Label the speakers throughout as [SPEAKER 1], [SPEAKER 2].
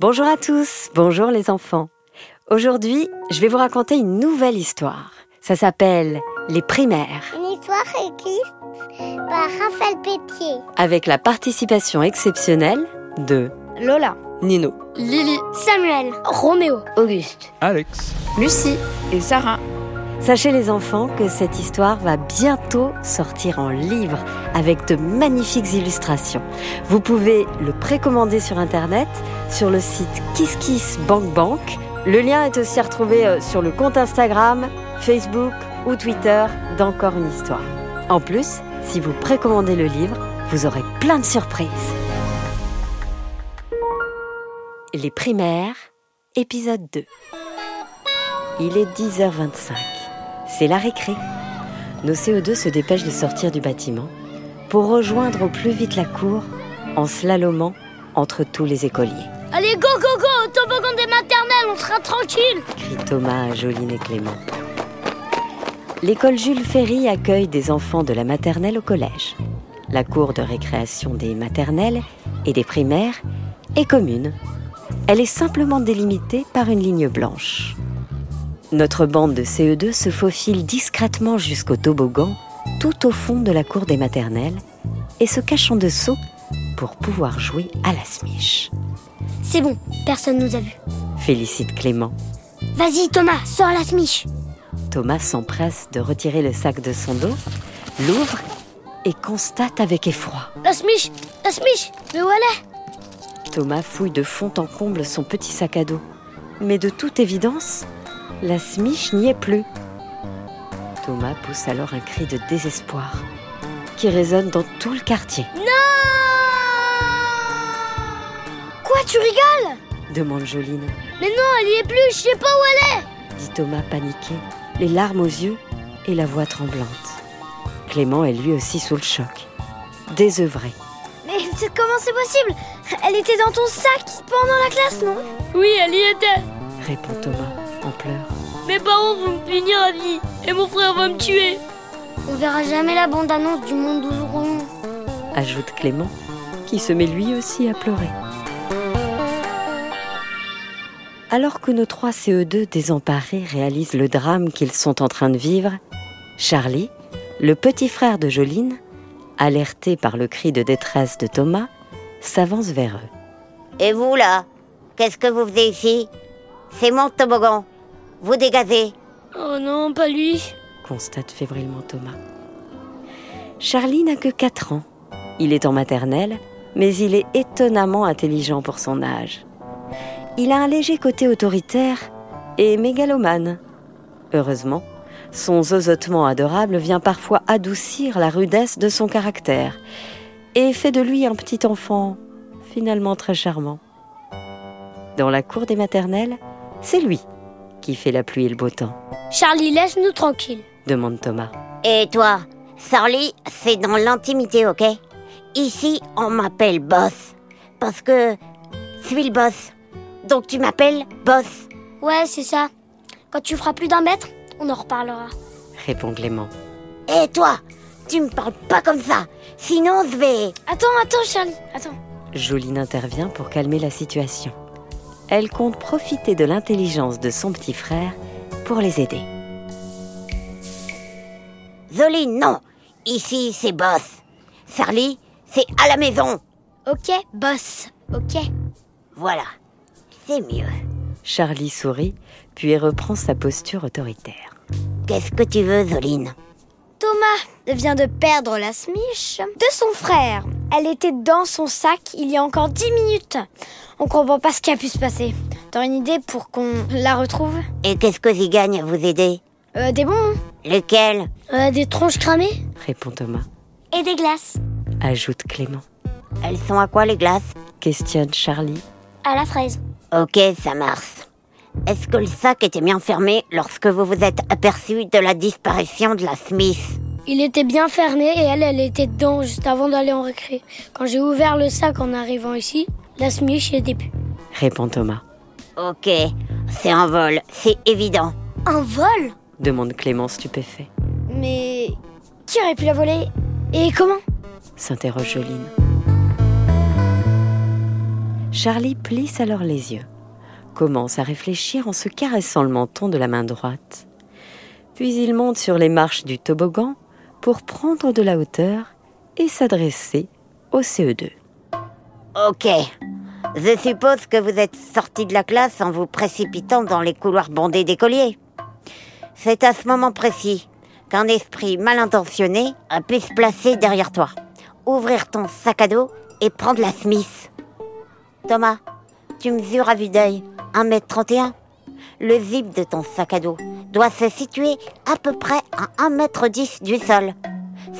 [SPEAKER 1] Bonjour à tous, bonjour les enfants. Aujourd'hui, je vais vous raconter une nouvelle histoire. Ça s'appelle Les primaires,
[SPEAKER 2] Une histoire écrite par Raphaël Pétier.
[SPEAKER 1] avec la participation exceptionnelle de
[SPEAKER 2] Lola.
[SPEAKER 1] Nino.
[SPEAKER 2] Lily. Samuel. Roméo. Auguste.
[SPEAKER 3] Alex.
[SPEAKER 4] Lucie et Sarah.
[SPEAKER 1] Sachez les enfants que cette histoire va bientôt sortir en livre avec de magnifiques illustrations. Vous pouvez le précommander sur internet sur le site KissKissBankBank. Le lien est aussi retrouvé euh, sur le compte Instagram, Facebook ou Twitter d'Encore une histoire. En plus, si vous précommandez le livre, vous aurez plein de surprises. Les primaires, épisode 2. Il est 10h25. C'est la récré. Nos CO2 se dépêchent de sortir du bâtiment pour rejoindre au plus vite la cour en slalomant entre tous les écoliers,
[SPEAKER 2] Allez, go, go, go, au toboggan des maternelles, on sera tranquille.
[SPEAKER 1] crient Thomas, Joline et Clément. L'école Jules Ferry accueille des enfants de la maternelle au collège. La cour de récréation des maternelles et des primaires est commune. Elle est simplement délimitée par une ligne blanche. Notre bande de CE2 se faufile discrètement jusqu'au toboggan, tout au fond de la cour des maternelles, et se cache en dessous pour pouvoir jouer à la smiche.
[SPEAKER 2] C'est bon, personne nous a vus.
[SPEAKER 1] Félicite Clément.
[SPEAKER 2] Vas-y, Thomas, sors la smiche.
[SPEAKER 1] Thomas s'empresse de retirer le sac de son dos, l'ouvre et constate avec effroi.
[SPEAKER 2] La smiche, la smiche, mais où elle est
[SPEAKER 1] Thomas fouille de fond en comble son petit sac à dos. Mais de toute évidence, la smiche n'y est plus. Thomas pousse alors un cri de désespoir qui résonne dans tout le quartier,
[SPEAKER 2] Quoi, tu rigoles
[SPEAKER 1] demande Joline.
[SPEAKER 2] Mais non, elle y est plus, je sais pas où elle
[SPEAKER 1] dit Thomas paniqué, les larmes aux yeux et la voix tremblante. Clément est lui aussi sous le choc, désœuvré.
[SPEAKER 2] est. Mais comment c'est possible Elle était dans ton sac pendant la classe, non
[SPEAKER 5] Oui, elle y était.
[SPEAKER 1] répond Thomas en pleurs.
[SPEAKER 5] Mes parents vont me punir à vie et mon frère va me tuer.
[SPEAKER 2] On verra jamais la bande-annonce du monde d'aujourd'hui.
[SPEAKER 1] ajoute Clément, qui se met lui aussi à pleurer. Alors que nos trois CE2 désemparés réalisent le drame qu'ils sont en train de vivre, Charlie, le petit frère de Joline, alerté par le cri de détresse de Thomas, s'avance vers eux.
[SPEAKER 6] Et vous là Qu'est-ce que vous faisiez ici C'est mon toboggan. Vous dégagez.
[SPEAKER 5] Oh non, pas lui.
[SPEAKER 1] constate fébrilement Thomas. Charlie n'a que 4 ans. Il est en maternelle, mais il est étonnamment intelligent pour son âge. Il a un léger côté autoritaire et mégalomane. Heureusement, son zozotement adorable vient parfois adoucir la rudesse de son caractère et fait de lui un petit enfant finalement très charmant. Dans la cour des maternelles, c'est lui qui fait la pluie et le beau temps,
[SPEAKER 2] Charlie, laisse-nous tranquille.
[SPEAKER 1] demande Thomas.
[SPEAKER 6] Et toi Charlie, c'est dans l'intimité, ok Ici, on m'appelle Boss. Parce que je suis le boss. Donc tu m'appelles Boss.
[SPEAKER 2] Ouais, c'est ça. Quand tu feras plus d'un mètre, on en reparlera.
[SPEAKER 1] répond Clément.
[SPEAKER 6] Et toi Tu me parles pas comme ça. Sinon, je vais...
[SPEAKER 2] Attends, attends, Charlie, attends.
[SPEAKER 1] Joline intervient pour calmer la situation. Elle compte profiter de l'intelligence de son petit frère pour les aider.
[SPEAKER 6] Zoline, non. Ici, c'est Boss. Charlie, c'est à la maison.
[SPEAKER 2] Ok, boss, ok.
[SPEAKER 6] Voilà. C'est mieux.
[SPEAKER 1] Charlie sourit, puis reprend sa posture autoritaire.
[SPEAKER 6] Qu'est-ce que tu veux, Zoline
[SPEAKER 2] Thomas vient de perdre la smiche de son frère. Elle était dans son sac il y a encore 10 minutes. On comprend pas ce qui a pu se passer. T'as une idée pour qu'on la retrouve
[SPEAKER 6] Et qu'est-ce que j'y gagne à vous aider
[SPEAKER 2] Euh, des bons
[SPEAKER 6] Lequel
[SPEAKER 5] Euh,
[SPEAKER 2] Des tronches cramées
[SPEAKER 1] Répond Thomas.
[SPEAKER 2] Et des glaces.
[SPEAKER 1] Ajoute Clément.
[SPEAKER 6] Elles sont à quoi les glaces
[SPEAKER 1] Questionne Charlie.
[SPEAKER 2] À la fraise.
[SPEAKER 6] Ok, ça marche. Est-ce que le sac était bien fermé lorsque vous vous êtes aperçu de la disparition de la Smith
[SPEAKER 5] Il était bien fermé et elle, elle était dedans juste avant d'aller en récré. Quand j'ai ouvert le sac en arrivant ici, la smiche y était plus.
[SPEAKER 1] Répond Thomas.
[SPEAKER 6] Ok, c'est un vol, c'est évident.
[SPEAKER 2] Un vol
[SPEAKER 1] Demande Clément stupéfait.
[SPEAKER 2] Mais qui aurait pu la voler Et comment
[SPEAKER 1] S'interroge Joline. Charlie plisse alors les yeux, commence à réfléchir en se caressant le menton de la main droite. Puis il monte sur les marches du toboggan pour prendre de la hauteur et s'adresser au E CE2.
[SPEAKER 6] Ok. Je suppose que vous êtes sorti de la classe en vous précipitant dans les couloirs bondés d'écoliers. C'est à ce moment précis qu'un esprit mal intentionné a pu se placer derrière toi, ouvrir ton sac à dos et prendre la Smith. Thomas, tu mesures à vue d'œil 1m31. Le zip de ton sac à dos doit se situer à peu près à 1m10 du sol.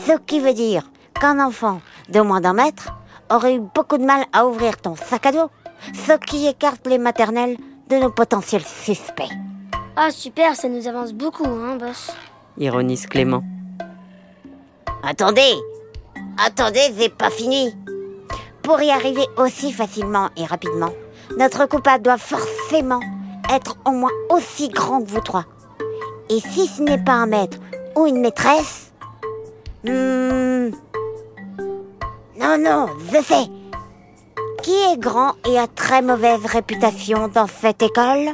[SPEAKER 6] Ce qui veut dire qu'un enfant de moins d'un mètre aurait eu beaucoup de mal à ouvrir ton sac à dos, ce qui écarte les maternelles de nos potentiels suspects.
[SPEAKER 5] Ah super, ça nous avance beaucoup, hein, boss.
[SPEAKER 1] Ironise Clément.
[SPEAKER 6] Attendez Attendez, c'est pas fini Pour y arriver aussi facilement et rapidement, notre coupable doit forcément être au moins aussi grand que vous trois. Et si ce n'est pas un maître ou une maîtresse hmm, Non, non, je sais Qui est grand et a très mauvaise réputation dans cette école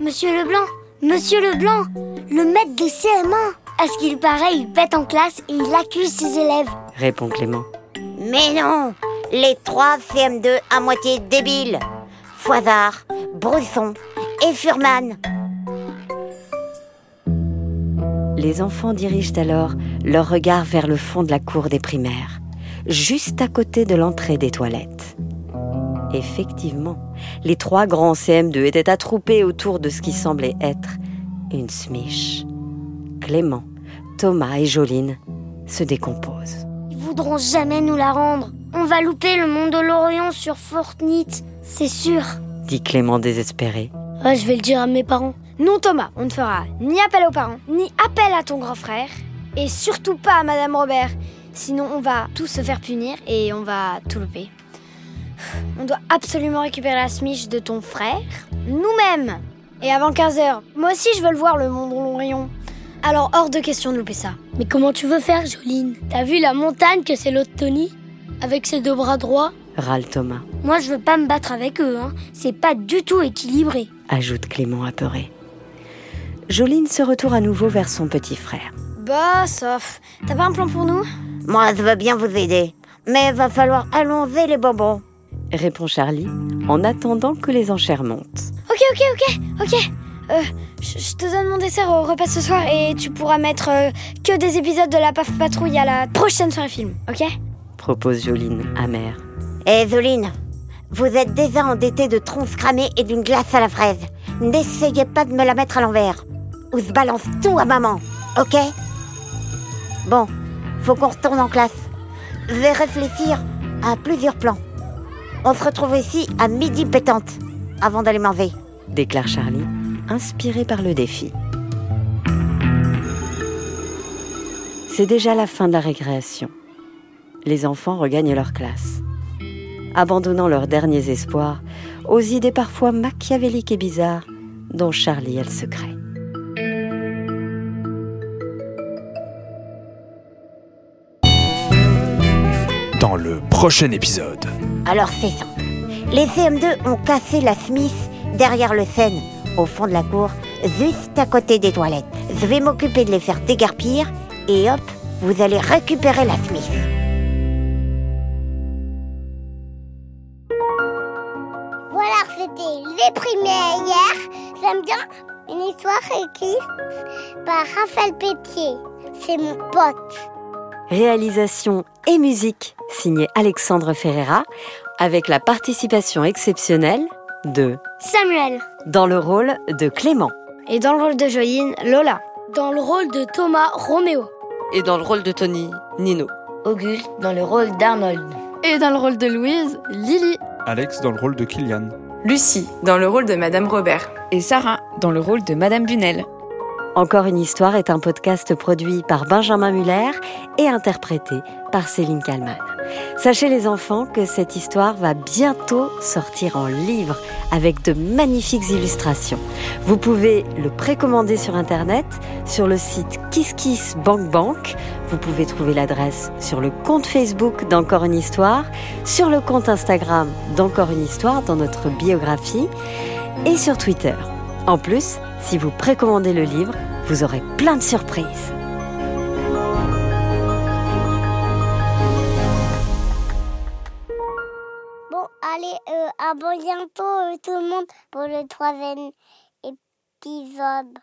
[SPEAKER 5] Monsieur Leblanc Monsieur Leblanc Le maître des CM1 À ce qu'il paraît, il pète en classe et il accuse ses élèves.
[SPEAKER 1] Répond Clément.
[SPEAKER 6] Mais non Les trois CM2 à moitié débiles Foisard, Brusson et Furman
[SPEAKER 1] Les enfants dirigent alors leur regard vers le fond de la cour des primaires, juste à côté de l'entrée des toilettes. Effectivement, les trois grands CM2 étaient attroupés autour de ce qui semblait être une smiche. Clément, Thomas et Joline se décomposent.
[SPEAKER 5] Ils voudront jamais nous la rendre. On va louper le monde de l'Orient sur Fortnite, c'est sûr.
[SPEAKER 1] dit Clément désespéré.
[SPEAKER 5] Ah, je vais le dire à mes parents.
[SPEAKER 2] Non Thomas, on ne fera ni appel aux parents, ni appel à ton grand frère, et surtout pas à Madame Robert, sinon on va tous se faire punir et on va tout louper. On doit absolument récupérer la smiche de ton frère, nous-mêmes, et avant 15h. Moi aussi je veux le voir le Mondon-Lorion. Alors hors de question de louper ça.
[SPEAKER 5] Mais comment tu veux faire, Joline T'as vu la montagne que c'est l'autre Tony Avec ses deux bras droits
[SPEAKER 1] Râle Thomas,
[SPEAKER 5] Moi, je veux pas me battre avec eux, hein. C'est pas du tout équilibré.
[SPEAKER 1] ajoute Clément apeuré. Joline se retourne à nouveau vers son petit frère.
[SPEAKER 2] Bah sauf, t'as pas un plan pour nous
[SPEAKER 6] Moi, je veux bien vous aider, mais va falloir allonger les bonbons.
[SPEAKER 1] Répond Charlie en attendant que les enchères montent.
[SPEAKER 2] Ok, ok, ok, ok. Euh, je je te donne mon dessert au repas de ce soir et tu pourras mettre euh, que des épisodes de la Paf Patrouille à la prochaine soirée film, ok
[SPEAKER 1] Propose Joline amère.
[SPEAKER 6] Eh, Zoline, vous êtes déjà endettée de troncs cramés et d'une glace à la fraise. N'essayez pas de me la mettre à l'envers. Ou se balance tout à maman, ok Bon, faut qu'on retourne en classe. Je vais réfléchir à plusieurs plans. On se retrouve ici à midi pétante, avant d'aller manger.
[SPEAKER 1] déclare Charlie, inspiré par le défi. C'est déjà la fin de la récréation. Les enfants regagnent leur classe. Abandonnant leurs derniers espoirs aux idées parfois machiavéliques et bizarres dont Charlie a le secret.
[SPEAKER 3] dans le prochain épisode.
[SPEAKER 6] Alors c'est simple. Les CM2 ont cassé la Smith derrière le Seine, au fond de la cour, juste à côté des toilettes. Je vais m'occuper de les faire dégarpir et hop, vous allez récupérer la Smith.
[SPEAKER 4] Voilà, c'était les primaires hier. J'aime bien une histoire écrite par Raphaël Pétier. C'est mon pote.
[SPEAKER 1] Réalisation et musique signé Alexandre Ferreira avec la participation exceptionnelle de
[SPEAKER 5] Samuel,
[SPEAKER 1] dans le rôle de Clément
[SPEAKER 2] Et dans le rôle de Joyine, Lola.
[SPEAKER 5] dans le rôle de Thomas Roméo.
[SPEAKER 7] et dans le rôle de Tony, Nino.
[SPEAKER 8] Auguste dans le rôle d'Arnold.
[SPEAKER 9] Et dans le rôle de Louise, Lily.
[SPEAKER 10] Alex dans le rôle de Kylian.
[SPEAKER 11] Lucie, dans le rôle de Madame Robert.
[SPEAKER 9] Et Sarah, dans le rôle de Madame Bunel.
[SPEAKER 1] Encore une histoire est un podcast produit par Benjamin Muller et interprété par Céline Kalman. Sachez les enfants que cette histoire va bientôt sortir en livre avec de magnifiques illustrations. Vous pouvez le précommander sur Internet, sur le site KissKissBankBank. Bank. Vous pouvez trouver l'adresse sur le compte Facebook d'Encore une histoire, sur le compte Instagram d'Encore une histoire dans notre biographie et sur Twitter. En plus, si vous précommandez le livre, vous aurez plein de surprises.
[SPEAKER 4] Bon, allez, euh, à bientôt euh, tout le monde pour le troisième épisode.